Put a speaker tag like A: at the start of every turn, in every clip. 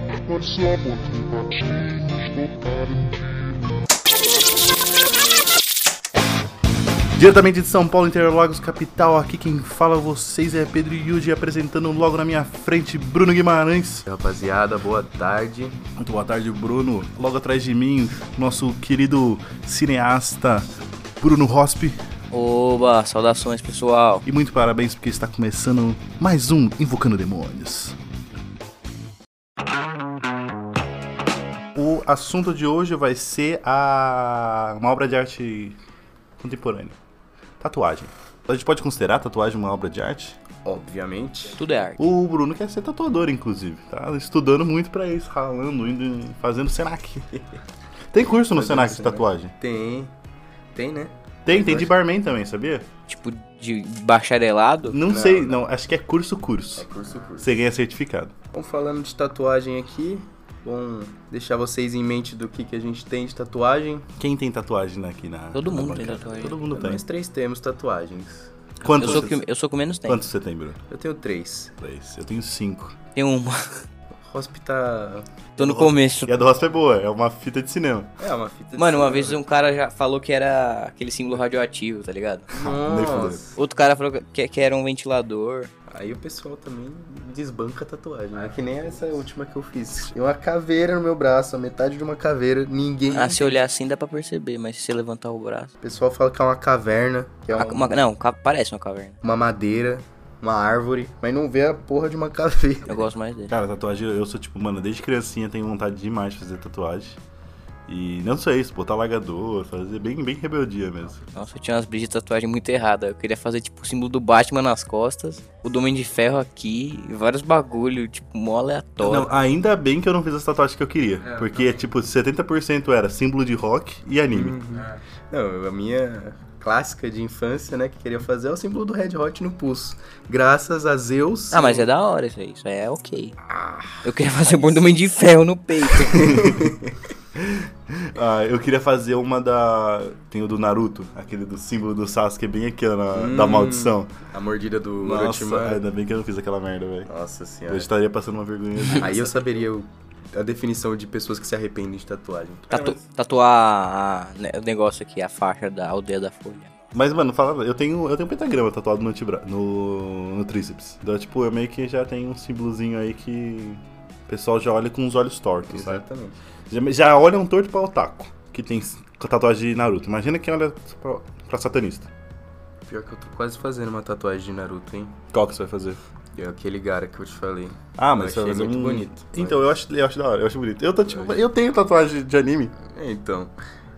A: conversamos debatimos, compartilhamos.
B: Diretamente de São Paulo, Interlagos, capital, aqui quem fala a vocês é Pedro Yudi, apresentando logo na minha frente Bruno Guimarães.
C: Rapaziada, boa tarde.
B: Muito boa tarde, Bruno. Logo atrás de mim, nosso querido cineasta Bruno Rospe.
D: Oba, saudações pessoal.
B: E muito parabéns porque está começando mais um Invocando Demônios. O assunto de hoje vai ser a uma obra de arte contemporânea. Tatuagem. A gente pode considerar tatuagem uma obra de arte?
C: Obviamente.
D: Tudo é arte.
B: O Bruno quer ser tatuador, inclusive, tá? Estudando muito pra isso, ralando, indo, em- fazendo Senac. Tem curso no
C: Fazendo
B: Senac de
C: Senac.
B: tatuagem?
C: Tem. Tem, né?
B: Tem, tem de barman também, sabia?
D: Tipo de bacharelado.
B: Não,
C: Não,
B: sei, não, acho que é curso-curso.
C: É curso curso.
B: Você ganha certificado.
C: Bom, falando de tatuagem aqui, bom deixar vocês em mente do que, que a gente tem de tatuagem.
B: Quem tem tatuagem aqui na.
D: Todo
B: na
D: mundo tem
B: bancada?
D: tatuagem.
B: Todo mundo tem.
C: Nós três temos tatuagens.
D: Eu
B: Quantos,
D: sou,
B: você-
D: que, eu sou com menos tempo.
B: quantos você tem, Bruno?
C: Eu tenho três.
B: Três. Eu tenho cinco.
D: Tem uma.
C: Hospital.
D: Tô no começo.
B: E a do Raspa é boa, é uma fita de cinema.
C: É uma fita de
D: Mano, uma
C: cinema.
D: vez um cara já falou que era aquele símbolo radioativo, tá ligado?
B: Nem
C: Nossa.
B: fudeu.
D: Outro cara falou que, que era um ventilador.
C: Aí o pessoal também desbanca a tatuagem. É que nem essa última que eu fiz. Tem uma caveira no meu braço, a metade de uma caveira. Ninguém.
D: Ah, se olhar assim dá pra perceber, mas se você levantar o braço.
C: O pessoal fala que é uma caverna, que é
D: Ah,
C: um-
D: uma- não, ca- parece uma caverna.
C: uma madeira, uma árvore, mas não vê a porra de uma caveira.
D: Eu gosto mais dele.
B: Cara, tatuagem, eu sou tipo, mano, desde criancinha tenho vontade demais de fazer tatuagem. E não só isso, botar largador, fazer bem, bem rebeldia mesmo.
D: Nossa, eu tinha umas brisas de tatuagem muito errada. Eu queria fazer, tipo, o símbolo do Batman nas costas, o do Homem de Ferro aqui, e vários bagulho, tipo, mó aleatório.
B: Não, ainda bem que eu não fiz as tatuagens que eu queria.
C: É,
B: porque, tipo, 70% era símbolo de rock e anime.
C: Uhum. Não, a minha clássica de infância, né, que queria fazer é o símbolo do Red Hot no pulso. Graças a Zeus.
D: Ah, mas é da hora isso aí, isso aí é ok. eu queria fazer o bom do Homem de Ferro no peito.
B: Ah, eu queria fazer uma da. Tem o do Naruto, aquele do símbolo do Sasuke, bem aqui, ó, na-
C: Hum. é.
B: da maldição.
C: A mordida do
B: Nossa,
C: Orochimaru.
B: ainda bem que eu não fiz aquela merda, velho.
C: Nossa
B: Eu
C: senhora.
B: estaria passando uma vergonha.
C: Aí eu saberia o- a definição de pessoas que se arrependem de tatuagem.
D: Tatu- Tatuar a- né, o negócio aqui, a faixa da aldeia da folha.
B: Mas, mano, falava, eu tenho, eu tenho um pentagrama tatuado no, antibra... no, no tríceps. Então, tipo, eu meio que já tenho um símbolozinho aí que o pessoal já olha com os olhos tortos, sabe?
C: Exatamente.
B: Já, já olha um torto pra otaku, que tem s- tatuagem de Naruto. Imagina quem olha pra, pra satanista.
C: Pior que eu tô quase fazendo uma tatuagem de Naruto, hein?
B: Qual que você vai fazer?
C: É aquele cara que eu te falei.
B: Ah, mas você
C: Eu
B: vai
C: achei
B: fazer
C: muito
B: um...
C: bonito.
B: Então, eu acho, eu acho da hora, eu acho bonito. Eu, tô, tipo, eu tenho tatuagem de anime,
C: É, Então,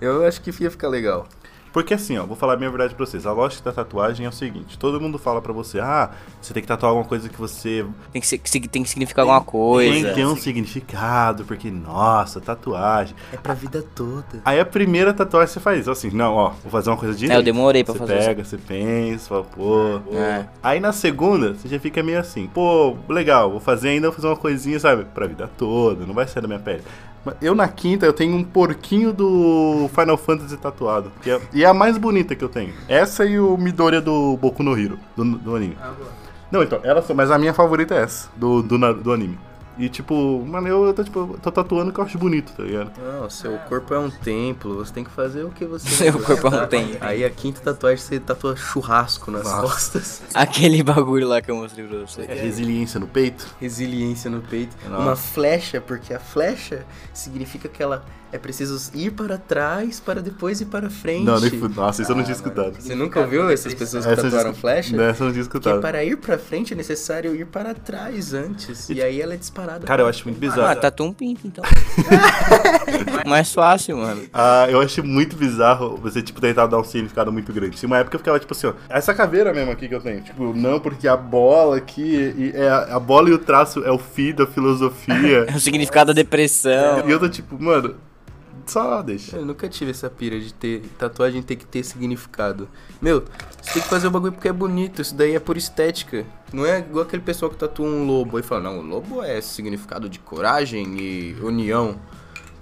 C: eu acho que ia ficar legal.
B: Porque assim, ó, vou falar a minha verdade pra vocês. A lógica da tatuagem é o seguinte: todo mundo fala pra você, ah, você tem que tatuar alguma coisa que você
D: Tem que, ser- que sig- tem que significar alguma coisa. É,
B: tem que ter um significado, porque nossa, tatuagem.
C: É pra vida toda.
B: Aí a primeira tatuagem você faz assim, não, ó, vou fazer uma coisa direito.
D: É, eu demorei pra
B: você
D: fazer
B: pega, você pensa, fala, pô.
D: É.
B: Aí na segunda, você já fica meio assim, pô, legal, vou fazer ainda, vou fazer uma coisinha, sabe, pra vida toda, não vai sair da minha pele. Mas Eu na quinta, eu tenho um porquinho do Final Fantasy tatuado. que é- e é a mais bonita que eu tenho. Essa e o Midoriya do Boku no Hero, do, do anime. Não, então, ela só, mas a minha favorita é essa, do, do, na- do anime. E tipo, mano, eu, eu tô, tipo, tô tatuando que eu acho bonito, tá ligado?
C: Não, seu corpo é um templo, você tem que fazer o que você...
D: Seu
C: gostar.
D: corpo é um templo.
C: Aí a quinta tatuagem você tatua churrasco nas costas.
D: Aquele bagulho lá que eu mostrei pra você.
B: É resiliência no peito.
C: Resiliência no peito.
B: Nossa.
C: Uma flecha, porque a flecha significa que ela é preciso ir para trás, para depois ir para frente.
B: Não, nem fudeu. Nossa, isso eu não tinha escutado.
C: Você nunca ouviu essas pessoas que
B: Essa eu não
C: tatuaram
B: tinha-
C: flecha?
B: Essa eu não tá. tinha
C: Que
B: escutado.
C: para ir pra frente é necessário ir para trás antes. E aí ela é disparada.
B: Cara, eu acho muito
D: Ah,
B: bizarro.
D: tatua um pinto então. Mais fácil, mano.
B: Ah, eu acho muito bizarro você, tipo, tentar dar um significado muito grande. Tinha uma época eu ficava, tipo assim, ó, essa caveira mesmo aqui que eu tenho. Tipo, não, porque a bola aqui, e- é a a bola e o traço é o fim da filosofia.
D: É O significado da depressão.
B: e eu tô tipo, mano, só deixa.
C: Eu nunca tive essa pira de ter tatuagem ter que ter significado. Meu, você tem que fazer o bagulho porque é bonito, isso daí é por estética. Não é igual aquele pessoal que tatua um lobo e fala, não, o lobo é significado de coragem e união.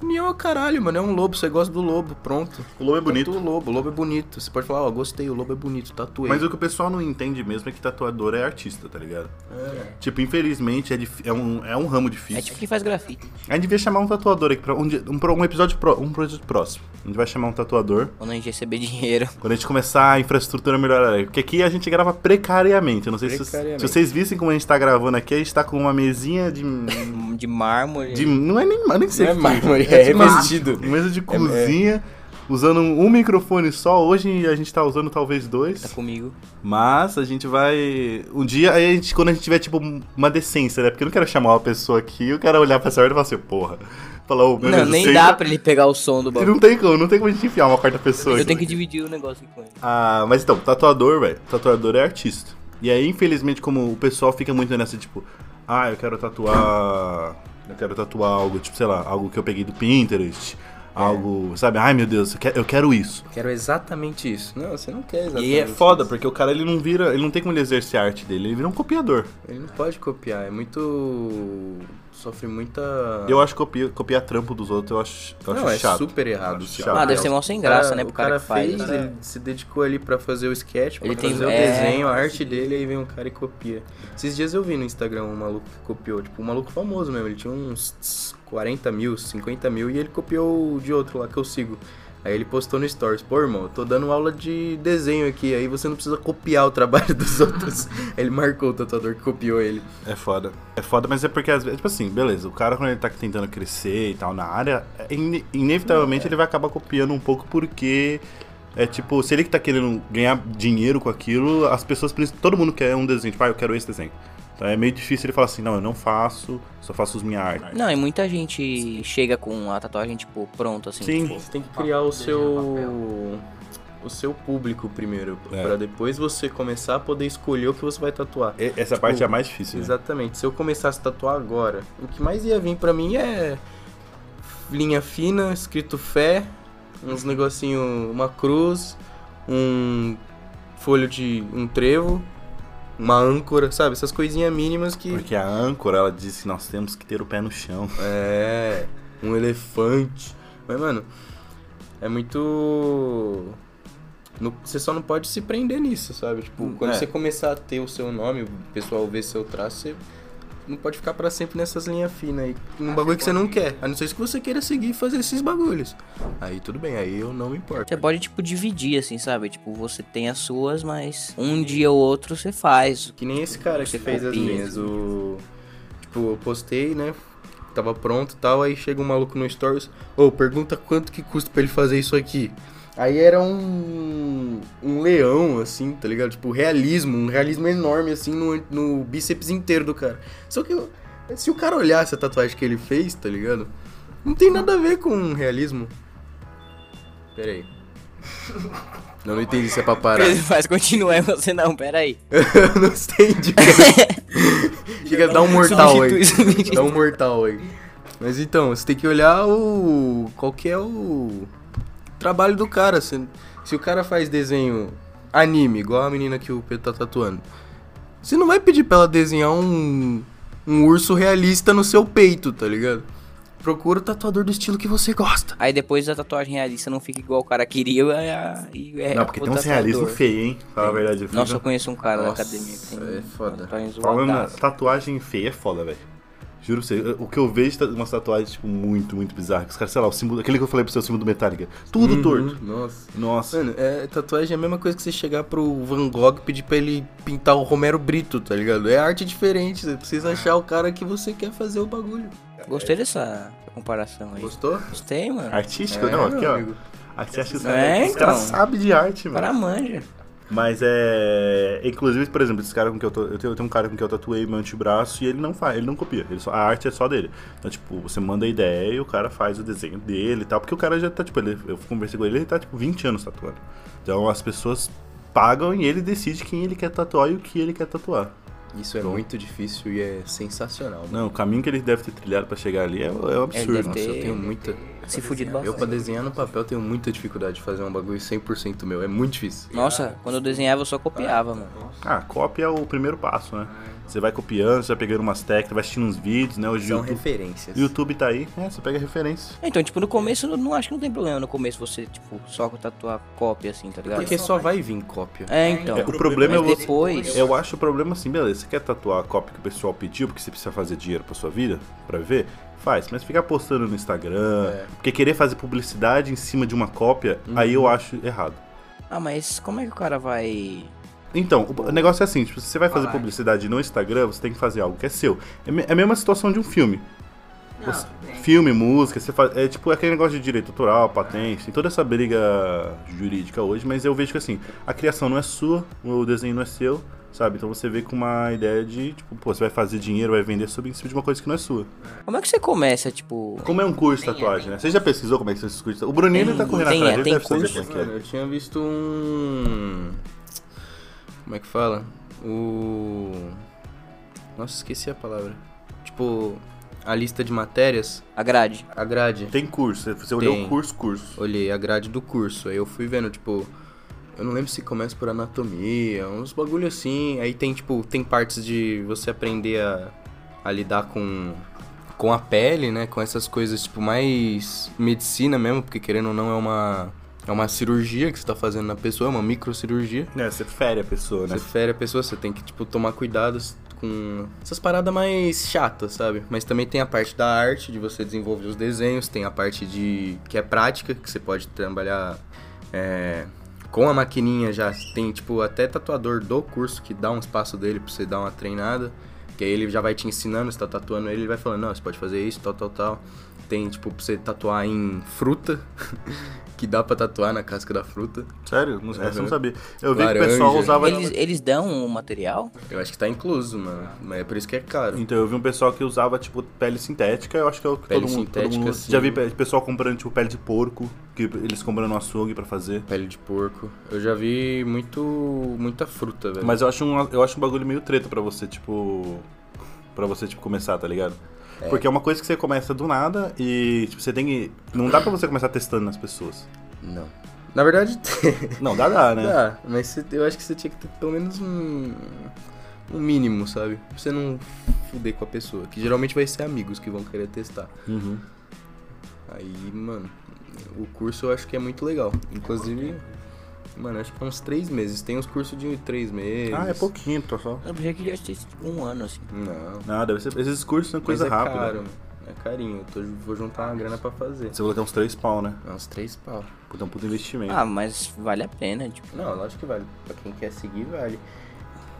C: União é o caralho, mano. É um lobo, você gosta do lobo, pronto.
B: O lobo é bonito.
C: Tatua o lobo, o lobo é bonito. Você pode falar, ó, gostei, o lobo é bonito, tatuei.
B: Mas o que o pessoal não entende mesmo é que tatuador é artista, tá ligado? Tipo, infelizmente é, dif- é um, é um ramo difícil.
D: É tipo quem faz grafite.
B: A gente devia chamar um tatuador aqui pra um, dia- um, pro- um episódio pro, um projeto próximo. A gente vai chamar um tatuador
D: Quando a gente receber dinheiro.
B: quando a gente começar a infraestrutura melhorar. Porque aqui a gente grava precariamente. Eu não sei se, vocês-
C: Precariamente.
B: se vocês vissem como a gente tá gravando aqui, a gente tá com uma mesinha de.
D: De mármore.
B: de- não é nem. Eu nem sei.
C: Não é
B: o que
C: mármore, é
B: tipo uma-
C: revestido.
B: Uma
D: É,
B: mesa de cozinha. Usando um microfone só, hoje a gente tá usando talvez
D: Tá
B: dois.
D: comigo.
B: Mas a gente vai. Um dia, aí a gente, quando a gente tiver, tipo, uma decência, né? Porque eu não quero chamar uma pessoa aqui, eu quero olhar pra essa hora e falar assim, porra. Falar, ô,
D: Não,
B: beleza,
D: nem
B: senta-
D: dá pra ele pegar o som do
B: e
D: bagulho.
B: não tem como, não tem como a gente enfiar uma quarta pessoa.
D: Eu tenho
B: aqui.
D: que dividir o negócio aqui com ele.
B: Ah, mas então, tatuador, velho. Tatuador é artista. E aí, infelizmente, como o pessoal fica muito nessa, tipo, ah, eu quero tatuar. Eu quero tatuar algo, tipo, sei lá, algo que eu peguei do Pinterest. Algo, sabe? Ai meu Deus, eu que- eu "Ah, quero isso.
C: Quero exatamente isso. Não, você não quer
B: E
C: exatamente
B: aí é foda,
C: isso.
B: porque o cara ele não vira, ele não tem como ele exercer a arte dele, ele vira um copiador.
C: Ele não pode copiar, é muito. Sofre muita.
B: Eu acho que copiar, copiar trampo dos outros, eu acho, eu acho
C: não,
B: chato.
C: é super errado.
B: Acho
C: tipo,
B: chato.
D: Ah, deve ser mal sem graça,
C: cara-
D: né?
C: O
D: Pro
C: cara,
D: cara, que faz.
C: fez, ele se dedicou ali pra fazer o sketch, pra
D: Ele tem-
C: fazer o
D: é.
C: desenho, a arte dele, aí vem um cara e copia. Esses dias eu vi no Instagram um maluco que copiou, tipo, um maluco famoso mesmo, ele tinha uns 40 mil, 50 mil, e ele copiou de outro lá que eu sigo. Aí ele postou no Stories, pô, irmão, eu tô dando aula de desenho aqui, aí você não precisa copiar o trabalho dos outros. Aí ele marcou o tatuador que copiou ele.
B: É foda. É foda, mas é porque às vezes, tipo assim, beleza, o cara quando ele tá tentando crescer e tal na área, é ine- inevitavelmente
D: É.
B: ele vai acabar copiando um pouco porque é tipo, se ele que tá querendo ganhar dinheiro com aquilo, as pessoas precisam, todo mundo quer um desenho, tipo, ah, eu quero esse desenho. Então é meio difícil ele falar assim, não, eu não faço, só faço os minha arte.
D: Não, e muita gente chega com a tatuagem, tipo, pronta, assim.
B: Sim.
D: tipo,
C: Você tem que criar o seu o seu público primeiro,
B: É.
C: pra depois você começar a poder escolher o que você vai tatuar.
B: E- Essa
C: Tipo,
B: parte é a mais difícil. Né?
C: Exatamente. Se eu começasse a tatuar agora, o que mais ia vir pra mim é linha fina, escrito fé, uns negocinho, uma cruz, um folho de um trevo, uma âncora, sabe? Essas coisinhas mínimas que
B: Porque a âncora, ela diz que nós temos que ter o pé no chão.
C: É, um elefante. Mas, mano, é muito. no- você só não pode se prender nisso, sabe? Tipo, quando
B: é.
C: você começar a ter o seu nome, o pessoal ver seu traço, você não pode ficar pra sempre nessas linhas finas aí. Um bagulho que você não quer. A não ser que você queira seguir e fazer esses bagulhos. Aí tudo bem, aí eu não me importo.
D: Você pode, tipo, dividir, assim, sabe? Tipo, você tem as suas, mas um dia ou outro você faz.
C: Que nem esse cara
D: Você
C: que fez as
D: copia.
C: minhas. O... Tipo, eu postei, né? Tava pronto e tal. Aí chega um maluco no Stories. Ô, pergunta quanto que custa pra ele fazer isso aqui. Aí era um. Um leão, assim, tá ligado? Tipo, realismo. Um realismo enorme, assim, no, no bíceps inteiro do cara. Só que eu- se o cara olhasse a tatuagem que ele fez, tá ligado? Não tem nada a ver com um realismo. Pera aí. Não, não entendi se é pra parar.
D: Mas continua, aí você não, peraí.
C: Eu não sei de cara. Chega, dá um mortal aí.
D: Substitui
C: Dá um mortal aí. Mas então, você tem que olhar o. qual que é o trabalho do cara. Se, se o cara faz desenho anime, igual a menina que o Pedro tá tatuando, você não vai pedir pra ela desenhar um. um urso realista no seu peito, tá ligado? Procura o tatuador do estilo que você gosta.
D: Aí depois a tatuagem realista não fica igual o cara queria é a- e é
B: não, porque
D: o
B: tem um
D: tatuador.
B: realismo feio, hein? Fala a verdade. eu
D: Nossa,
B: fico-
D: eu conheço um cara da
C: Nossa,
D: academia que tem
C: é foda.
D: tatuagem
B: Falando, na-
D: zoadaça.
B: tatuagem feia é foda, velho. Juro pra você, eu- o que eu vejo é umas tatuagens, tipo, muito, muito bizarras. Os caras, sei lá, o símbolo, aquele que eu falei pro seu símbolo do Metallica. Tudo
D: Uhum.
B: torto.
C: Nossa.
B: Nossa.
C: Uhum. Mano, é, tatuagem é a mesma coisa que você chegar pro Van Gogh e pedir pra ele pintar o Romero Brito, tá ligado? É arte diferente, você precisa achar o cara que você quer fazer o bagulho.
D: Gostei dessa comparação aí.
C: Gostou?
D: Gostei, mano.
B: Artístico?
C: É,
B: não, aqui,
C: meu
B: ó.
C: amigo.
B: Aqui você acha que os
D: É,
B: caras
D: então.
B: cara sabem de arte,
D: O
B: mano.
D: cara manja.
B: Mas é. Inclusive, por exemplo, esse cara com que eu tô. Eu tenho, eu tenho um cara com que eu tatuei meu antebraço e ele não faz, ele não copia. Ele só- a arte é só dele. Então, tipo, você manda a ideia e o cara faz o desenho dele e tal. Porque o cara já tá, tipo, ele- eu conversei com ele, ele tá, tipo, 20 anos tatuando. Então as pessoas pagam e ele decide quem ele quer tatuar e o que ele quer tatuar.
C: Isso é muito difícil e é sensacional, mano.
B: Não, o caminho que ele deve ter trilhado pra chegar ali é, é um
D: Ele
B: absurdo.
D: deve
C: Nossa, eu
D: ter-
C: tenho muita.
D: se fudido
C: Eu
D: bastante.
C: pra desenhar no papel tenho muita dificuldade de fazer um bagulho 100% meu, é muito difícil.
D: Nossa, quando eu desenhava eu só copiava, mano.
B: Ah, cópia é o primeiro passo, né? Você vai copiando, você vai pegando umas técnicas, vai assistindo uns vídeos, né? Hoje o
E: São
B: YouTube,
E: referências.
B: YouTube tá aí, é, você pega referência.
D: Então, tipo, no começo, eu não acho que não tem problema no começo você, tipo, só tatuar cópia assim, tá ligado?
C: Porque só vai vir cópia.
D: É, então.
B: É, o problema é
D: Mas
B: você.
D: depois...
B: Eu acho o problema assim, beleza, você quer tatuar a cópia que o pessoal pediu, porque você precisa fazer dinheiro pra sua vida, pra viver? Faz, mas ficar postando no Instagram, porque querer fazer publicidade em cima de uma cópia, aí eu acho errado.
D: Ah, mas como é que o cara vai...
B: Então, o- o negócio é assim, tipo, se você vai fazer
E: Caralho.
B: publicidade no Instagram, você tem que fazer algo que é seu. É me- é a mesma situação de um filme.
E: Não,
B: Você-
E: tudo bem.
B: filme, música, você faz, é tipo aquele negócio de direito autoral, patente, tem toda essa briga jurídica hoje, mas eu vejo que assim, a criação não é sua, o desenho não é seu, sabe? Então você vê com uma ideia de, tipo, pô, você vai fazer dinheiro, vai vender sobre em cima de uma coisa que não é sua.
D: Como é que você começa, tipo...
B: Como é um curso de
E: Tem,
B: tatuagem,
E: tem.
B: né? Você já pesquisou como é que são esses cursos? O Bruninho
D: Tem,
B: ele tá correndo
D: tem,
B: atrás,
D: é,
B: ele
D: tem
B: deve saber
D: curso.
B: como é que
C: Mano,
B: é.
C: eu tinha visto um. Como é que fala? O. Nossa, esqueci a palavra. Tipo, a lista de matérias,
D: A grade.
C: a grade.
B: Tem curso, você- você olhou
C: Tem.
B: o curso, curso.
C: Olhei a grade do curso, aí eu fui vendo, tipo. Eu não lembro se começa por anatomia, uns bagulho assim. Aí tem, tipo, tem partes de você aprender a, a lidar com. Com a pele, né? Com essas coisas, tipo, mais medicina mesmo, porque querendo ou não é uma. É uma cirurgia que você tá fazendo na pessoa, é uma microcirurgia.
B: É, você fere a pessoa, né?
C: Você fere a pessoa, você tem que, tipo, tomar cuidado com essas paradas mais chatas, sabe? Mas também tem a parte da arte, de você desenvolver os desenhos, tem a parte de. que é prática, que você pode trabalhar é, com a maquininha já. Tem, tipo, até tatuador do curso que dá um espaço dele pra você dar uma treinada. Que aí ele já vai te ensinando, você tá tatuando ele, ele vai falando, não, você pode fazer isso, tal, tal, tal. Tem, tipo, pra você tatuar em fruta, que dá pra tatuar na casca da fruta.
B: Sério? Não, essa eu não
C: Uhum.
B: sabia. Eu vi que o
C: Laranja.
B: pessoal usava. tipo,
D: Eles, eles dão o material?
C: Eu acho que tá incluso, mano. Mas é por isso que é caro.
B: Então, eu vi um pessoal que usava, tipo, pele sintética, eu acho que é o que
C: Pele
B: todo mundo, todo
C: sintética,
B: mundo...
C: sim.
B: Já vi pe- pessoal comprando, tipo, pele de porco, que eles compram no açougue pra fazer.
C: Pele de porco. Eu já vi muito. muita fruta, velho.
B: Mas eu acho, um, eu acho um bagulho meio treta pra você, tipo... Pra você, tipo, começar, tá ligado? Porque é uma coisa que você começa do nada e, tipo, você tem que... Não dá pra você começar testando nas pessoas.
C: Não. Na verdade,
B: Não, dá, dá, né?
C: dá. Mas você- eu acho que você tinha que ter pelo menos um. um mínimo, sabe? Pra você não fuder com a pessoa. Que geralmente vai ser amigos que vão querer testar.
B: Uhum.
C: Aí, mano, o curso eu acho que é muito legal. Inclusive. Mano, acho que é uns três meses. Tem uns cursos de três meses.
B: Ah, é pouquinho, tá só.
D: Eu pensei que ia ser tipo, um ano, assim.
C: Não.
B: Não, deve ser... Esses cursos são coisa
C: Mas é
B: rápida.
C: Caro, mano. é carinho. Eu tô- vou juntar uma grana pra fazer.
B: Você colocar uns três pau, né?
C: É uns três pau.
B: Puta, é um puto investimento.
D: Ah, mas vale a pena, tipo.
C: Não, lógico que vale. Pra quem quer seguir, vale.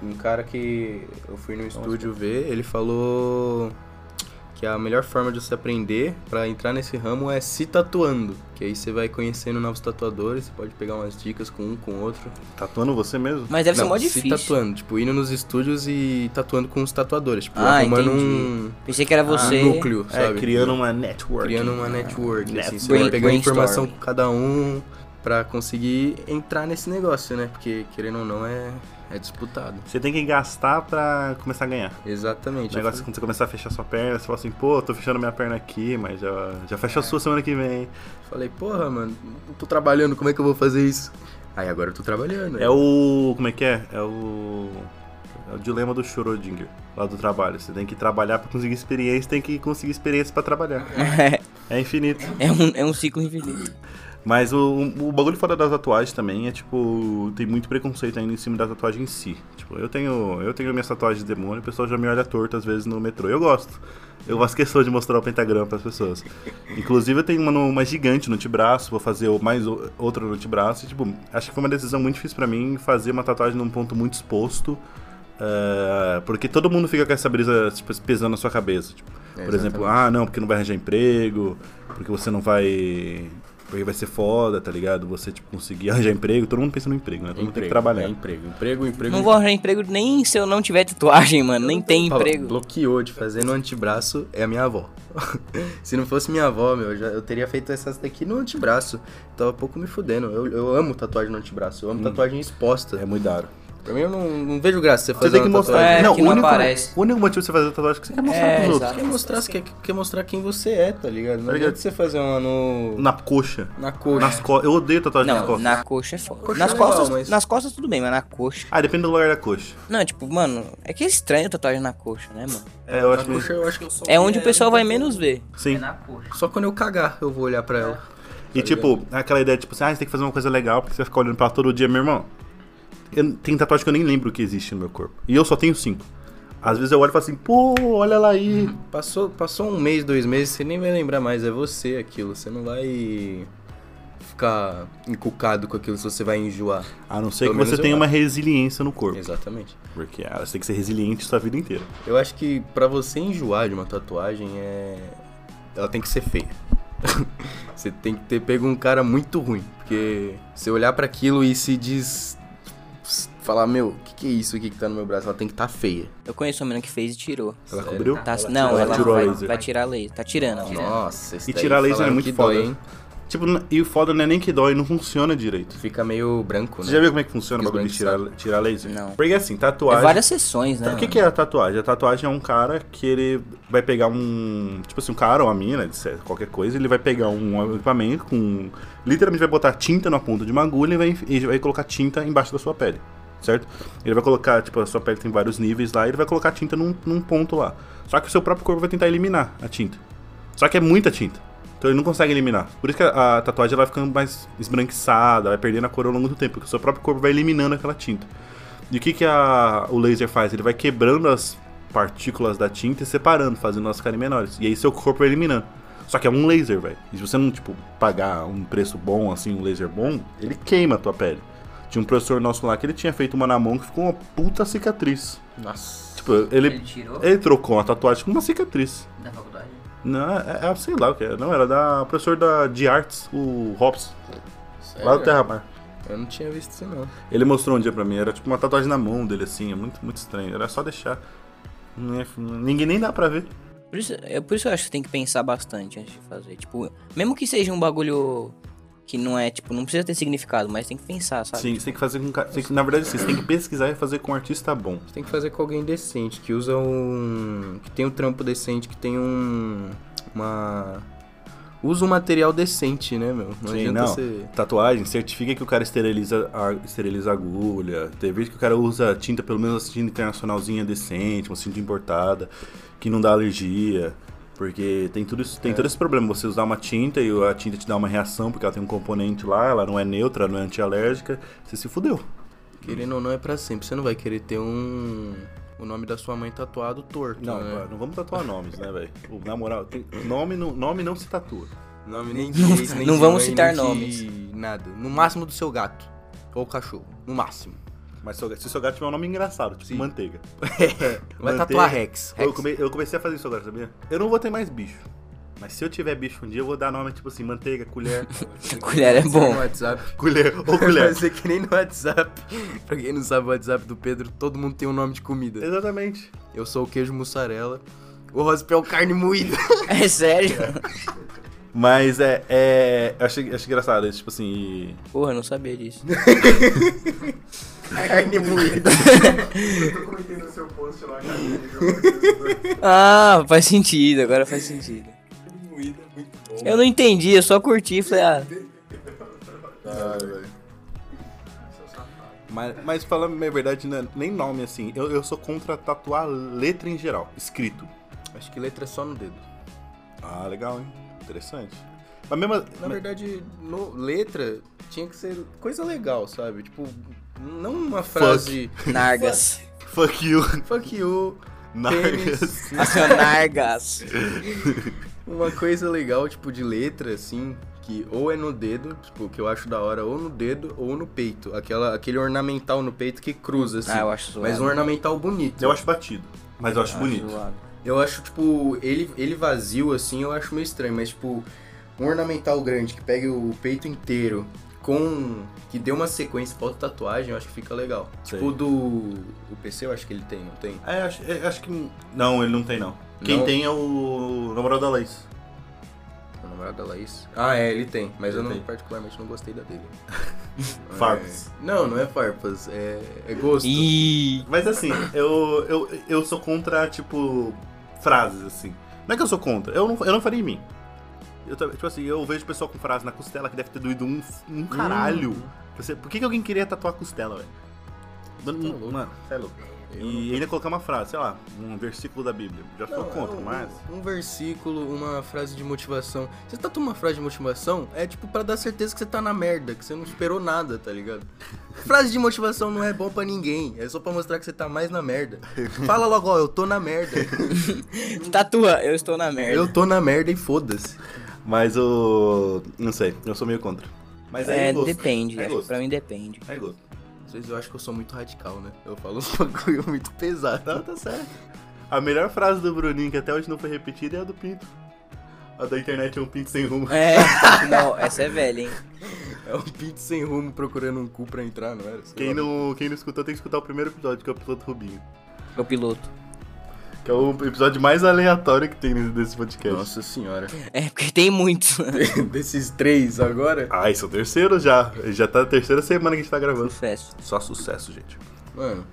C: Um cara que eu fui no estúdio ver, ele falou que a melhor forma de você aprender pra entrar nesse ramo é se tatuando. Que aí você vai conhecendo novos tatuadores, você pode pegar umas dicas com um, com o outro.
B: Tá Tatuando você mesmo?
D: Mas deve ser mó
B: tá
C: se
D: difícil.
C: tatuando, tipo, indo nos estúdios e tatuando com os tatuadores. Tipo,
D: Ah,
C: arrumando
D: entendi.
C: um,
D: Pensei que
B: Ah,
D: era você.
C: um núcleo,
B: É,
C: sabe?
B: criando uma network.
C: criando uma network, assim, você
D: Brain-
C: vai pegando
D: brainstorm.
C: informação com cada um pra conseguir entrar nesse negócio, né? Porque querendo ou não é, é disputado.
B: Você tem que gastar pra começar a ganhar.
C: Exatamente.
B: O negócio é quando você começar a fechar sua perna, você fala assim, pô, tô fechando minha perna aqui, mas já, já fecha a
C: É.
B: sua semana que vem.
C: Eu falei, porra, mano, não tô trabalhando, como é que eu vou fazer isso? Aí agora eu tô trabalhando.
B: É o. Como é que é? É o. É o dilema do Schrödinger, lá do trabalho. Você tem que trabalhar pra conseguir experiência, tem que conseguir experiência pra trabalhar. É infinito.
D: é, um, é um ciclo infinito.
B: Mas o, o bagulho fora da tatuagem também é tipo. Tem muito preconceito ainda em cima da tatuagem em si. Tipo, eu tenho. Eu tenho minhas tatuagens de demônio, o pessoal já me olha torto às vezes no metrô. Eu gosto. Eu faço questão de mostrar o pentagrama pras pessoas. Inclusive eu tenho uma, no- uma gigante no antebraço, vou fazer o- mais o- outra no antebraço. E, tipo, acho que foi uma decisão muito difícil pra mim fazer uma tatuagem num ponto muito exposto. eh, porque todo mundo fica com essa brisa tipo, pesando na sua cabeça. Tipo, por exemplo, ah, não, porque não vai arranjar emprego, porque você não vai. Porque vai ser foda, tá ligado? Você, tipo, conseguir arranjar emprego, todo mundo pensa no emprego, né? Todo mundo tem que trabalhar.
C: É emprego, emprego, emprego.
D: Não vou arranjar emprego nem se eu não tiver tatuagem, mano. Nem tem
C: Fala,
D: emprego.
C: Bloqueou de fazer no antebraço é a minha avó. Se não fosse minha avó, meu, eu já- eu teria feito essas daqui no antebraço. Tava pouco me fudendo. Eu, eu amo tatuagem no antebraço, eu amo tatuagem exposta.
B: Hum. É muito da hora.
C: Pra mim eu não, não vejo graça você fazer
B: Você tem que
C: uma
B: mostrar.
C: tatuagem.
D: É,
B: não,
D: que
B: o
D: não
B: único,
D: aparece.
B: o único motivo de você fazer tatuagem é que você quer mostrar
D: É,
B: pros outros.
D: exato.
C: Quer mostrar, você quer, quer mostrar quem você é, tá ligado? Não
B: Tá ligado?
C: adianta você fazer uma no...
B: Na coxa.
C: na coxa.
B: Nas co... Eu odeio tatuagem nas
D: Não,
B: costas.
D: na coxa é foda.
C: Coxa
D: Nas
C: é legal,
D: costas,
C: mas-
D: nas costas tudo bem, mas na coxa.
B: Ah, depende do lugar da coxa.
D: Não, tipo, mano, é que é estranho tatuagem na coxa, né, mano?
B: É, eu
C: Na
B: acho
C: coxa é
B: que.
C: eu um acho que eu só...
D: É onde o pessoal vai menos ver.
B: Sim.
C: Só quando eu cagar eu vou olhar pra ela.
B: E
C: tá
B: tipo, aquela ideia, tipo assim, ah, você tem que fazer uma coisa legal porque você vai ficar olhando pra ela todo dia, meu irmão. Eu, tem tatuagem que eu nem lembro que existe no meu corpo. E eu só tenho cinco. Às vezes eu olho e falo assim, pô, olha ela aí.
C: Uhum. Passou, passou um mês, dois meses, você nem vai lembrar mais, é você aquilo. Você não vai ficar encucado com aquilo se você vai enjoar.
B: A não ser
C: Pelo
B: que você
C: menos eu
B: tenha
C: acho.
B: uma resiliência no corpo.
C: Exatamente.
B: Porque ah, você tem que ser resiliente sua vida inteira.
C: Eu acho que pra você enjoar de uma tatuagem é. Ela tem que ser feia. você tem que ter pego um cara muito ruim. Porque você olhar pra aquilo e se diz. Falar, meu, o que, que é isso aqui que tá no meu braço? Ela tem que tá feia.
D: Eu conheço uma menina que fez e tirou.
B: Ela
C: É.
B: cobriu?
D: Tá, não,
B: ela
D: ela,
B: tirou a
D: vai,
B: laser.
D: vai tirar a laser. Tá tirando. ó.
C: Nossa, esse
B: E
C: daí
B: tirar laser
C: falaram
B: é muito
C: que
B: foda.
C: dói, hein?
B: Tipo, n- e o foda não é nem que dói, não funciona direito.
C: Fica meio branco, né?
B: Você já viu como é que funciona o
C: Os
B: bagulho de tirar,
C: brancos
B: tirar laser?
D: Não.
B: Porque assim,
D: É
B: tatuagem.
D: várias sessões, né?
B: O que,
D: mano?
B: que é a tatuagem? A tatuagem é um cara que ele vai pegar um. Tipo assim, um cara ou uma mina, etc, qualquer coisa, ele vai pegar um equipamento com. Literalmente vai botar tinta na ponta de uma agulha e vai, e vai colocar tinta embaixo da sua pele. Certo? Ele vai colocar, tipo, a sua pele tem vários níveis lá, ele vai colocar tinta num, num ponto lá. Só que o seu próprio corpo vai tentar eliminar a tinta. Só que é muita tinta. Então ele não consegue eliminar. Por isso que a, a tatuagem ela vai ficando mais esbranquiçada, vai perdendo a cor ao longo do tempo, porque o seu próprio corpo vai eliminando aquela tinta. E o que, que a- o laser faz? Ele vai quebrando as partículas da tinta e separando, fazendo elas ficarem menores. E aí seu corpo vai eliminando. Só que é um laser, velho. E se você não, tipo, pagar um preço bom, assim, um laser bom, ele queima a tua pele. Tinha um professor nosso lá que ele tinha feito uma na mão que ficou uma puta cicatriz.
C: Nossa.
B: Tipo, ele,
D: tirou
B: ele trocou uma tatuagem com uma cicatriz.
D: da faculdade?
B: Não, é, é- sei lá o que era. Não, era da professor da, de artes, o Hobbs,
C: É.
B: lá do Terra Mar.
C: Eu não tinha visto isso, não.
B: Ele mostrou um dia pra mim, era tipo uma tatuagem na mão dele, assim, é muito, muito estranho. Era só deixar. Não é- Ninguém nem dá pra ver.
D: Por isso, é por isso que eu acho que tem que pensar bastante antes de fazer. Tipo, mesmo que seja um bagulho que não é, tipo, não precisa ter significado, mas tem que pensar,
C: Ah,
D: sabe?
C: tipo,
B: Sim, você tem que fazer com. ca- tem que- na verdade, sim, você tem que pesquisar e fazer com um artista bom.
C: Você tem que fazer com alguém decente, que usa um. que tem um trampo decente, que tem um. uma. usa um material decente, né, meu? Não
B: Sim,
C: adianta
B: não.
C: você.
B: Tatuagem, certifica que o cara esteriliza a, esteriliza a agulha. Tem vezes que o cara usa tinta, pelo menos uma tinta internacionalzinha decente, uma tinta importada, que não dá alergia. Porque tem, tudo
C: É.
B: isso, tem todo esse problema. Você usar uma tinta e a tinta te dá uma reação, porque ela tem um componente lá, ela não é neutra, não é antialérgica. Você se fudeu.
C: Querendo ou não é pra sempre. Você não vai querer ter um. o nome da sua mãe tatuado torto.
B: Não,
C: né?
B: pá, não vamos tatuar nomes, né, velho? Pô, Na moral, tem- nome, não, nome não se tatua.
C: Nome nem de, nem
D: Não
C: de
D: vamos
C: mãe,
D: citar
C: nem de Nada. No máximo do seu gato. Ou cachorro. No máximo.
B: Mas seu- se seu gato tiver um nome engraçado, tipo manteiga.
C: Vai
B: Manteiga.
C: tatuar Rex. Rex.
B: Eu, come- eu comecei a fazer isso agora, sabia? Eu não vou ter mais bicho. Mas se eu tiver bicho um dia, eu vou dar nome tipo assim, manteiga, colher,
D: Colher é bom.
C: No WhatsApp.
B: colher ou
C: Vai
B: colher.
C: ser que nem no WhatsApp. pra quem não sabe o WhatsApp do Pedro, todo mundo tem um nome de
B: é.
C: comida.
B: Exatamente.
C: Eu sou o queijo mussarela. O Rospel carne moída.
D: É sério?
B: Mas é. é eu achei, achei engraçado isso, tipo assim. e-
D: Porra, eu não sabia disso.
C: carne moída.
D: Ah, faz sentido, agora faz sentido. Eu não entendi, eu só curti e falei, ah,
B: Mas, mas falando a minha verdade, né, nem nome assim. Eu, eu sou contra tatuar letra em geral, escrito.
C: Acho que letra é só no dedo.
B: Ah, legal, hein? Interessante. Mas mesmo.
C: Na verdade, no- letra tinha que ser coisa legal, sabe? Tipo, não uma frase.
D: Nargas.
B: Fuck you.
C: Fuck you.
B: Nargas.
C: Tênis.
D: Ah, Nargas.
C: Uma coisa legal, tipo, de letra, assim, que ou é no dedo, tipo, que eu acho da hora, ou no dedo, ou no peito. Aquela, aquele ornamental no peito que cruza, assim.
D: Ah, eu acho zoado.
C: Mas um ornamental bonito.
B: Eu acho batido, mas eu acho
D: Ah,
B: bonito.
D: zoado.
C: Eu acho, tipo, ele, ele vazio, assim, eu acho meio estranho, mas, tipo, um ornamental grande que pegue o peito inteiro com. que dê uma sequência, foto tatuagem, eu acho que fica legal.
B: Sei.
C: Tipo, do. O PC eu acho que ele tem, não tem?
B: É, acho, é, acho que. Não, ele não tem, não. Quem
C: Não?
B: tem é o namorado da Laís.
C: O namorado da Laís? Ah, é, ele tem, mas
B: Ele
C: eu não,
B: tem.
C: particularmente não gostei da dele.
B: Farpas.
C: Não, não é farpas, é, é gosto.
D: Ih,
B: Mas assim, eu, eu, eu sou contra, tipo, frases, assim. Não é que eu sou contra, eu não, eu não faria em mim. Eu, tam- tipo assim, eu vejo pessoal com frase na costela que deve ter doído um, um caralho. Você, por que, que alguém queria tatuar a costela, velho?
C: tá louco.
B: Mano, você é louco.
C: Eu
B: E ainda colocar uma frase, sei lá, um versículo da Bíblia. Já
C: Não,
B: sou contra,
C: é um,
B: mas.
C: Um versículo, uma frase de motivação. Você tatuou uma frase de motivação, é tipo pra dar certeza que você tá na merda, que você não esperou nada, tá ligado? Frase de motivação não é bom pra ninguém, é só pra mostrar que você tá mais na merda. Fala logo, ó, eu tô na merda.
D: tatua, tá eu estou na merda.
C: Eu tô na merda e foda-se.
B: Mas o. Não sei, eu sou meio contra. Mas aí
D: É,
B: é gosto.
D: depende,
B: É
D: acho que
B: gosto.
D: pra mim depende.
B: É gosto.
C: Às vezes eu acho que eu sou muito radical, né? Eu falo uns bagulho muito pesado.
B: Não, tá certo. A melhor frase do Bruninho, que até hoje não foi repetida, é a do Pinto. A da internet é um pinto sem rumo.
D: É, não, essa é velha, hein?
C: É um pit sem rumo procurando um cu pra entrar, não era? Sei
B: Quem
C: lá.
B: não, quem não escutou tem que escutar o primeiro episódio, que é o piloto Rubinho.
D: O piloto.
B: Que é o episódio mais aleatório que tem nesse- desse podcast.
C: Nossa senhora.
D: É, porque tem muito.
C: Desses três agora.
B: Ah, esse é o terceiro já. Já tá a terceira semana que a gente tá gravando.
D: Confesso.
B: Só sucesso, gente.
C: Mano,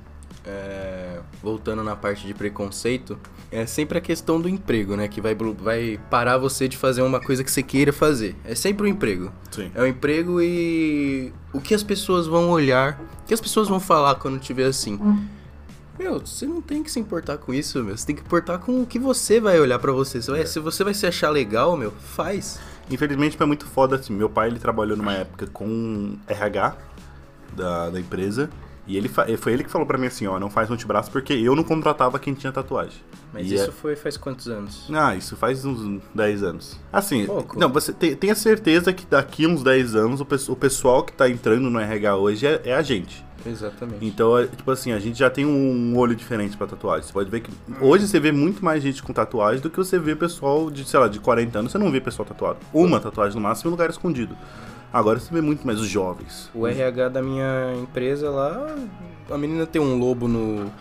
C: é, voltando na parte de preconceito, é sempre a questão do emprego, né? Que vai, blo- vai parar você de fazer uma coisa que você queira fazer. É sempre o emprego.
B: Sim.
C: É o emprego e o que as pessoas vão olhar, o que as pessoas vão falar quando te ver assim. Meu, você não tem que se importar com isso, meu. Você tem que importar com o que você vai olhar pra você. Você vai-
B: É.
C: Se você vai se achar legal, meu, faz.
B: Infelizmente foi muito foda assim. Meu pai ele trabalhou numa época com RH da, da empresa. E ele fa- foi ele que falou pra mim assim, ó, não faz antebraço porque eu não contratava quem tinha tatuagem.
C: Mas
B: E é-
C: isso foi faz quantos anos?
B: Ah, isso faz uns 10 anos. Assim,
C: Pouco.
B: não, você te- tenha certeza que daqui uns 10 anos o, pes- o pessoal que tá entrando no RH hoje é, é a gente.
C: Exatamente.
B: Então, é, tipo assim, a gente já tem um olho diferente pra tatuagem. Você pode ver que hoje você vê muito mais gente com tatuagem do que você vê pessoal de, sei lá, de 40 anos. Você não vê pessoal tatuado. Uma tatuagem no máximo em lugar escondido. Agora você vê muito mais os jovens.
C: O RH da minha empresa lá, a menina tem um lobo no,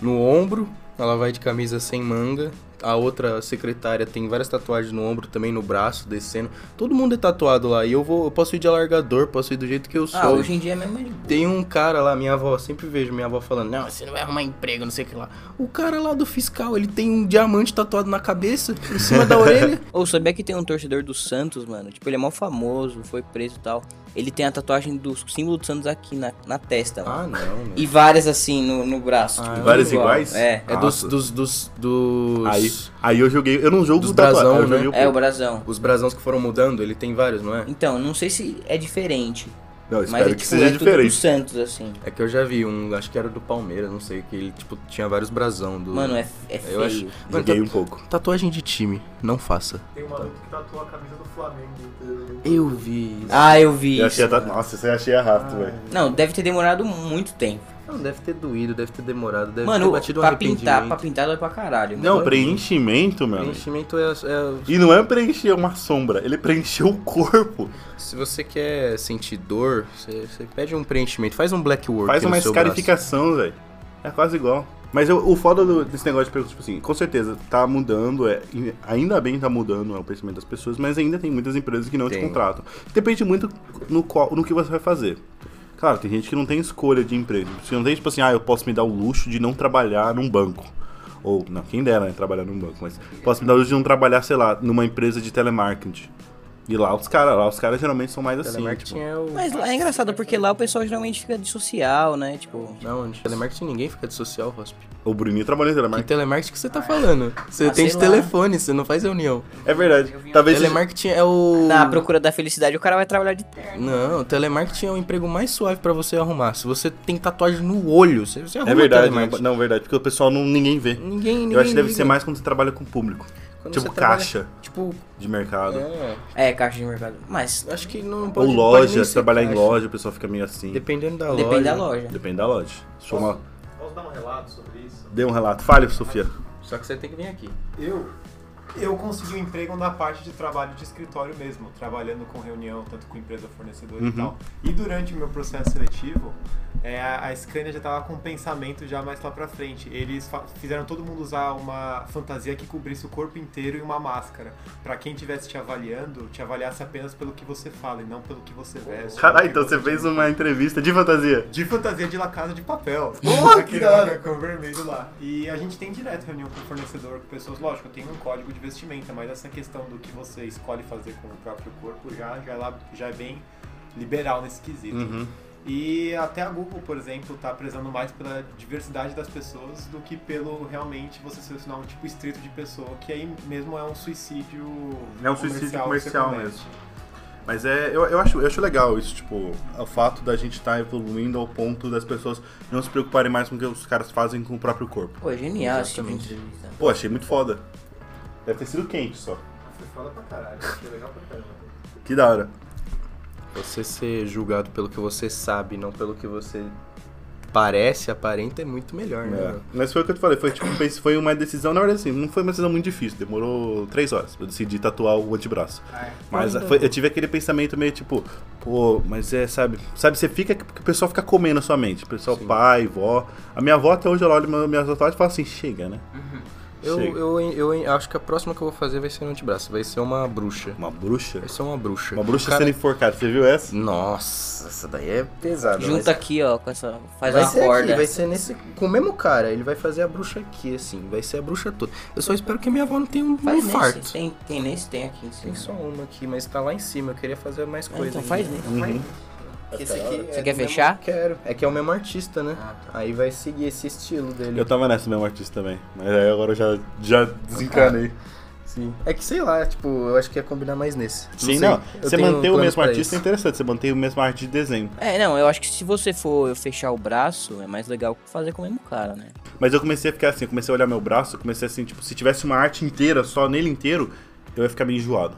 C: no ombro, ela vai de camisa sem manga. A outra secretária tem várias tatuagens no ombro, também no braço, descendo. Todo mundo é tatuado lá. E eu vou, eu posso ir de alargador, posso ir do jeito que eu sou.
D: Ah, hoje em dia mesmo é de boa.
C: Tem um cara lá, minha avó, sempre vejo minha avó falando, não, você não vai arrumar emprego, não sei o que lá. O cara lá do fiscal, ele tem um diamante tatuado na cabeça, em cima da orelha.
D: Ou sabia que tem um torcedor do Santos, mano? Tipo, ele é mó famoso, foi preso e tal. Ele tem a tatuagem do símbolo do Santos aqui na, na testa, mano.
C: Ah, não, meu.
D: E várias assim no, no braço.
C: Ah,
D: tipo,
B: várias
D: igual.
B: iguais?
D: É.
C: É dos,
B: Nossa.
C: dos, dos, dos...
B: Aí, aí eu joguei. Eu não jogo
C: Dos
B: com tatuagem,
C: brasão,
B: eu joguei um
C: né?
B: o
D: É o
B: pé.
D: brasão.
C: Os brasões que foram mudando, ele tem vários, não é?
D: Então, não sei se é diferente,
B: Não,
D: mas
B: espero
D: é,
B: que
D: tipo,
B: seja
D: é tudo do
B: diferente.
D: Santos, assim.
C: É que eu já vi um, acho que era do Palmeiras, não sei, que ele, tipo, tinha vários brasão do...
D: Mano, é, é feio.
C: Eu acho- Mano,
B: Joguei
C: tá-
B: um pouco.
C: Tatuagem de time, não faça.
E: Tem um maluco que tatuou a camisa do Flamengo. entendeu?
C: Eu vi isso.
D: Ah, eu vi
B: Eu
D: isso.
B: achei
D: Ah,
B: a tatu- Nossa, você achei a rato, velho.
D: Não, deve ter demorado muito tempo.
C: Ah, Não, deve ter doído, deve ter demorado, deve ter
D: Mano,
C: batido um
D: pra pintar, pra
C: arrependimento.
D: pintar dói pra caralho. mano.
B: Não, preenchimento, meu. amigo.
C: Preenchimento é, é-
B: E não é preencher uma sombra, ele preencheu o corpo.
C: Se você quer sentir dor, você, você pede um preenchimento, faz um black work
B: Faz
C: no
B: uma
C: seu braço.
B: escarificação, velho. É quase igual. Mas eu- o foda do- desse negócio de perguntas, tipo assim, com certeza tá mudando, é, e ainda bem tá mudando é, o pensamento das pessoas, mas ainda tem muitas empresas que não te
C: Tem.
B: contratam. Depende muito no, qual, no que você vai fazer. Claro, tem gente que não tem escolha de emprego. Você não tem, tipo assim, ah, eu posso me dar o luxo de não trabalhar num banco. Ou, não, quem dera, né, trabalhar num banco, mas posso me dar o luxo de não trabalhar, sei lá, numa empresa de telemarketing. E lá os caras, lá os caras geralmente são mais assim.
C: Telemarketing
B: tipo,
C: é o...
D: Mas lá é engraçado, porque lá o pessoal geralmente fica de social, né? Tipo.
C: Não, onde? Telemarketing ninguém fica de social, Rosp.
B: o Bruninho trabalhou em
C: Que
B: telemarketing.
C: telemarketing que você tá falando? Você
D: Ah,
C: tem
D: sei
C: de
D: lá.
C: telefone, você não faz reunião.
B: É verdade. Talvez seja-
C: um Telemarketing é o...
D: Na procura da felicidade, o cara vai trabalhar de terno.
C: Não, telemarketing é o emprego mais suave pra você arrumar. Se você tem tatuagem no olho, você, você arruma
B: É verdade, não,
C: telemarketing.
B: não, verdade, porque o pessoal não ninguém vê.
C: Ninguém, ninguém
B: eu acho que deve
C: liga.
B: ser mais quando você trabalha com público,
C: Quando
B: tipo
C: você trabalha-
B: caixa
C: Tipo,
B: de mercado
C: é,
D: É, caixa de mercado. Mas
C: acho que
B: ou
C: não pode pode nem
B: loja,
C: ser
B: trabalhar em
C: caixa.
B: loja, o pessoal fica meio assim.
C: Dependendo da
D: depende
C: loja.
D: da loja.
B: Depende da loja. Se for uma-
E: Posso dar um relato sobre isso?
B: Dê um relato. Fale, Sofia.
C: Só que você tem que vir aqui.
E: Eu, eu consegui um emprego na parte de trabalho de escritório
B: Uhum.
E: mesmo, trabalhando com reunião, tanto com empresa fornecedora e tal. E durante o meu processo seletivo, é, a, a Scania já tava com um pensamento já mais lá pra frente. Eles fa- fizeram todo mundo usar uma fantasia que cobrisse o corpo inteiro e uma máscara. Pra quem estivesse te avaliando, te avaliasse apenas pelo que você fala e não pelo que você veste.
B: Caralho, então você fez uma entrevista de fantasia.
E: De fantasia de La Casa de Papel.
B: Porra, que
E: Aquele
B: da hora.
E: macacão vermelho lá. E a gente tem direto reunião com o fornecedor, com pessoas. Lógico, tem um código de vestimenta, mas essa questão do que você escolhe fazer com o próprio corpo já, já, é lá- já é bem liberal nesse quesito.
B: Uhum.
E: E até a Google, por exemplo, tá prezando mais pela diversidade das pessoas do que pelo realmente você selecionar um tipo estrito de pessoa, que aí mesmo é um suicídio.
B: É um suicídio comercial
E: que você
B: mesmo. Mas é, eu, eu, acho, eu acho legal isso, tipo, o fato da gente estar evoluindo ao ponto das pessoas não se preocuparem mais com o que os caras fazem com o próprio corpo.
D: Pô, é genial esse tipo de
B: Exatamente.
D: entrevista.
B: Pô, achei muito foda. Deve ter sido quente só.
E: comete. Você fala pra caralho, achei legal pra caramba.
B: Que da hora.
C: Você ser julgado pelo que você sabe, não pelo que você parece, aparenta, é muito melhor, né?
B: É.
C: mano?
B: Mas foi o que eu te falei, foi, tipo, pense- foi uma decisão, na verdade assim, não foi uma decisão muito difícil, demorou três horas pra eu decidir tatuar o antebraço.
E: Ah, é.
B: Mas foi- eu tive aquele pensamento meio tipo, pô, mas é, sabe, sabe, você fica, porque o pessoal fica comendo a sua mente, o pessoal,
C: Sim.
B: pai, vó. A minha avó até hoje ela olha minha- minhas tatuagens e fala assim, chega, né?
C: Eu,
B: Chega.
C: eu, eu, acho que a próxima que eu vou fazer vai ser no antebraço, vai ser uma bruxa.
B: Uma bruxa?
C: Vai ser uma bruxa.
B: Uma bruxa
C: O cara-
B: sendo enforcada, você viu essa?
C: Nossa, essa daí é pesada.
D: Junta aqui, ó, com essa. Faz
C: vai
D: uma
C: ser
D: corda.
C: aqui, vai ser nesse. Com o mesmo cara, ele vai fazer a bruxa aqui, assim. Vai ser a bruxa toda. Eu só espero que a minha avó não tenha um
D: Faz nesse.
C: infarto.
D: Tem, tem nesse, tem aqui em cima.
C: Tem só uma aqui, mas tá lá em cima. Eu queria fazer mais
D: Ah, então
C: coisa. ainda.
D: faz nesse.
C: Que Esse aqui
D: Você quer
C: é do mesmo-
D: fechar? Ah, tá.
C: Quero. É que é o mesmo artista, né? Aí vai seguir esse estilo dele.
B: Eu tava nessa mesmo artista também, mas aí agora eu já, já desencanei.
C: Sim. É que sei lá, tipo, eu acho que ia combinar mais nesse.
B: Sim,
C: sei.
B: não.
C: Eu
B: Você
C: tenho
B: manter o
C: planos
B: mesmo
C: pra
B: artista é
C: isso.
B: interessante, você manter o mesmo arte de desenho.
D: É, não, eu acho que se você for fechar o braço, é mais legal fazer com o mesmo cara, né?
B: Mas eu comecei a ficar assim, eu comecei a olhar meu braço, eu comecei assim, tipo, se tivesse uma arte inteira só nele inteiro, eu ia ficar meio enjoado.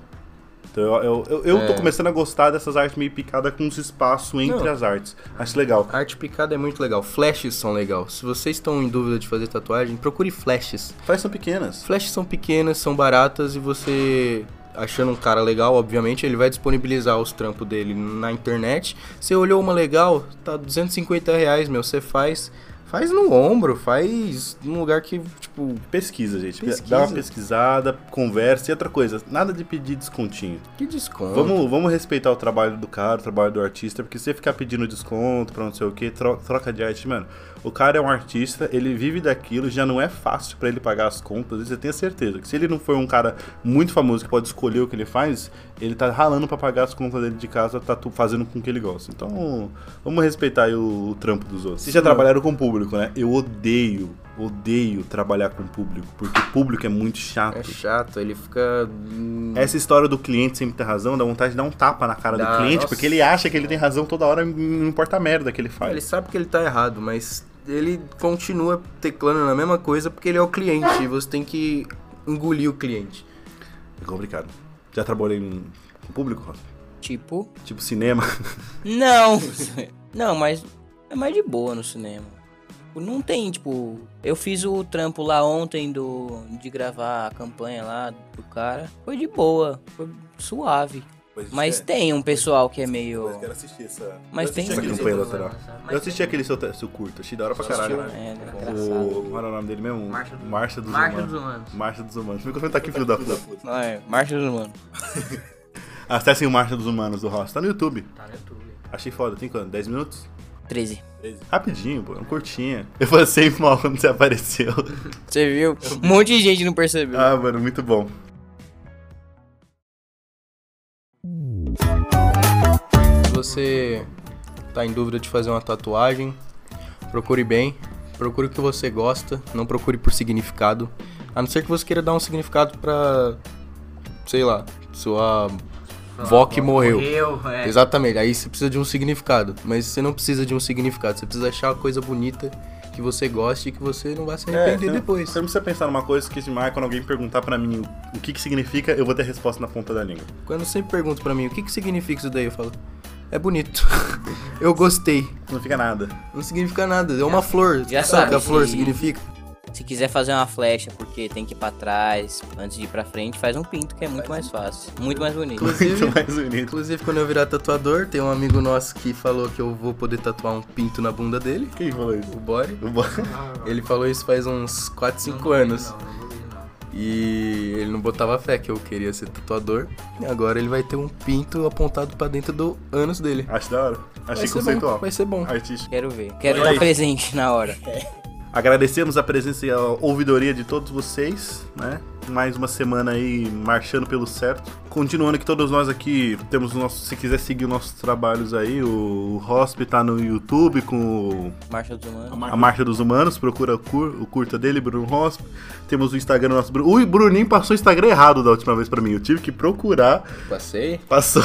B: Então eu, eu, eu, eu tô
C: É.
B: começando a gostar dessas artes meio picadas com uns espaços entre
C: Não.
B: as artes. Acho legal.
C: Arte picada é muito legal. Flashes são legal. Se vocês estão em dúvida de fazer tatuagem, procure flashes.
B: Faz são pequenas.
C: Flashes são pequenas, são baratas e você achando um cara legal, obviamente, ele vai disponibilizar os trampos dele na internet. Você olhou uma legal, tá 250 reais, meu, você faz. Faz no ombro, faz num lugar que, tipo,
B: Pesquisa, gente.
C: Pesquisa.
B: Dá uma pesquisada, conversa e outra coisa. Nada de pedir descontinho.
C: que desconto.
B: Vamos, vamos respeitar o trabalho do cara, o trabalho do artista, porque se você ficar pedindo desconto pra não sei o que, troca de arte, mano. O cara é um artista, ele vive daquilo, já não é fácil pra ele pagar as contas, e você tem certeza que se ele não for um cara muito famoso que pode escolher o que ele faz, ele tá ralando pra pagar as contas dele de casa, tá tu- fazendo com o que ele gosta. Então, vamos respeitar aí o, o trampo dos outros. Vocês já
C: Sim.
B: trabalharam com público, né? Eu odeio, odeio trabalhar com público, porque público é muito chato.
C: É chato, ele fica. hum,
B: Essa história do cliente sempre ter razão dá vontade de dar um tapa na cara do
C: Dá,
B: cliente,
C: nossa.
B: porque ele acha que ele tem razão toda hora, não importa a merda que ele faz.
C: Ele sabe que ele tá errado, mas ele continua teclando na mesma coisa porque ele é o cliente e você tem que engolir o cliente.
B: É complicado. Já trabalhei em com público, Rosa?
D: Tipo.
B: tipo cinema.
D: Não! não, mas é mais de boa no cinema. Tipo, Não tem, tipo. Eu fiz o trampo lá ontem do de gravar a campanha lá do cara. Foi de boa, foi suave. Mas tem um pessoal que é meio.
B: assistir essa.
D: Mas tem
B: aquele
D: um.
B: campanha lateral. Eu assisti aquele seu, seu curto, achei da hora pra caralho. né?
D: É, né?
B: O...
D: engraçado.
B: Qual era o nome dele mesmo?
D: Marcha dos-
B: Marcha dos
D: Marcha
B: Humanos.
D: dos Humanos.
B: Marcha dos Humanos. O microfone tá aqui, filho da puta.
D: Ah, é, Marcha dos Humanos.
B: Acessem o Marcha dos Humanos do Ross. Tá no YouTube. Tá no YouTube. Achei foda. Tem quanto? 10 minutos?
D: 13.
B: Rapidinho, pô. é um Curtinha. Eu passei mal quando você apareceu.
D: Você viu? Um monte de gente não percebeu.
B: Ah, mano, muito bom.
C: Se você tá em dúvida de fazer uma tatuagem, procure bem, procure o que você gosta, não procure por significado. A não ser que você queira dar um significado pra, sei lá, sua vó que morreu. é. Exatamente, aí você precisa de um significado, mas você não precisa de um significado, você precisa achar uma coisa bonita que você goste e que você não vai se
B: É, você
C: arrepender
B: não-
C: depois.
B: Você não precisa pensar numa coisa que, ah, quando alguém perguntar pra mim o que que significa, eu vou ter a resposta na ponta da língua.
C: Quando sempre perguntam pra mim o que, que significa isso daí, eu falo, é bonito. eu gostei.
B: Não fica nada.
C: Não significa nada. É uma flor.
D: já
C: Sabe o que
D: sabe
C: a flor
D: que-
C: significa?
D: Se quiser fazer uma flecha porque tem que ir pra trás antes de ir pra frente, faz um pinto que é muito mais fácil, muito mais bonito.
C: Inclusive,
B: Muito mais bonito.
C: inclusive, quando eu virar tatuador, tem um amigo nosso que falou que eu vou poder tatuar um pinto na bunda dele,
B: Quem falou isso?
C: o Bore.
B: O Bo-
E: Ah, não.
C: Ele falou isso faz uns 4, 5 anos. E ele não botava fé que eu queria ser tatuador. E agora ele vai ter um pinto apontado pra dentro do ânus dele.
B: Acho da hora. Achei
C: vai Ser
B: conceitual.
C: bom, vai ser
D: Ah,
C: bom.
B: Artístico.
D: Quero ver. Quero
B: Olha
D: estar
B: aí.
D: presente na hora.
B: Agradecemos a presença e a ouvidoria de todos vocês, né? Mais uma semana aí marchando pelo certo. Continuando que todos nós aqui temos o nosso. Se quiser seguir nossos trabalhos aí, o Hosp tá no YouTube com o
D: Marcha dos Humanos.
B: A Marcha dos Humanos, procura o, cur- o curta dele, Bruno Hosp. Temos o Instagram do nosso Bruno. Ui, o Bruninho passou o Instagram errado da última vez pra mim. Eu tive que procurar.
C: Passei.
B: Passou.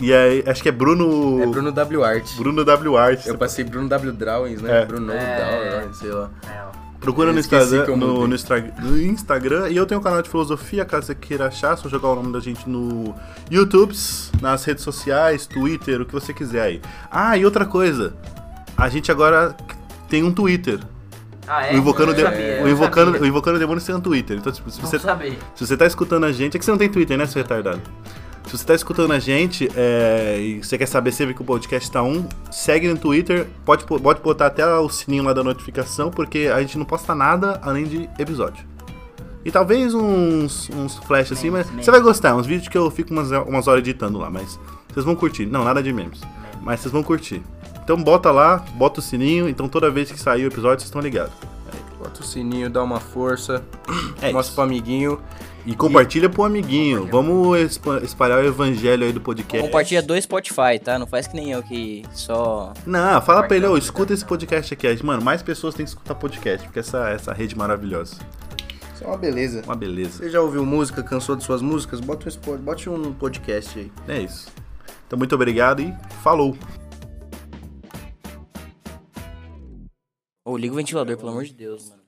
B: E aí, acho que é Bruno.
C: É Bruno W. Art.
B: Bruno W. Art.
C: Eu passei Bruno W. Drawings, né?
B: É.
C: Bruno
D: É.
C: Drawings, sei lá.
B: Procura no
C: Eu esqueci que
B: Instagram,
C: eu mudei.
B: no, no Instra- no Instagram. E eu tenho um canal de filosofia, caso você queira achar. Só jogar o nome da gente no YouTube, nas redes sociais, Twitter, o que você quiser aí. Ah, e outra coisa. A gente agora tem um Twitter.
F: Ah,
B: o Invocando,
F: Eu
B: de-
F: não sabia, eu
B: o
F: não
B: invocando, o
F: sabia.
B: invocando Demônios tem um Twitter. Então, tipo, se
F: Não
B: você,
F: sabia.
B: se você tá escutando a gente... É que você não tem Twitter, né, seu retardado? Se você tá escutando a gente é, e você quer saber sempre que o podcast tá um, segue no Twitter, pode, po- pode botar até o sininho lá da notificação, porque a gente não posta nada além de episódio. E talvez uns, uns flash assim, mas
F: memes.
B: você vai gostar, uns vídeos que eu fico umas, umas horas editando lá, mas vocês vão curtir. Não, nada de memes, mas vocês vão curtir. Então bota lá, bota o sininho, então toda vez que sair o episódio vocês estão ligados.
C: Bota o sininho, dá uma força.
B: É
C: mostra
B: isso.
C: pro amiguinho.
B: E compartilha pro amiguinho. Vamos espa- espalhar o evangelho aí do podcast.
D: Compartilha do Spotify, tá? Não faz que nem eu que só.
B: Não, fala pra ele, ô, escuta esse podcast aqui. Aí, Mano, mais pessoas têm que escutar podcast, porque essa, essa rede maravilhosa.
C: Isso é uma beleza.
B: Uma beleza.
C: Você já ouviu música, cansou de suas músicas? Bote um, spo- bote um podcast aí.
B: É isso. Então, muito obrigado e falou.
D: Ô, liga o ventilador, pelo amor de Deus, mano.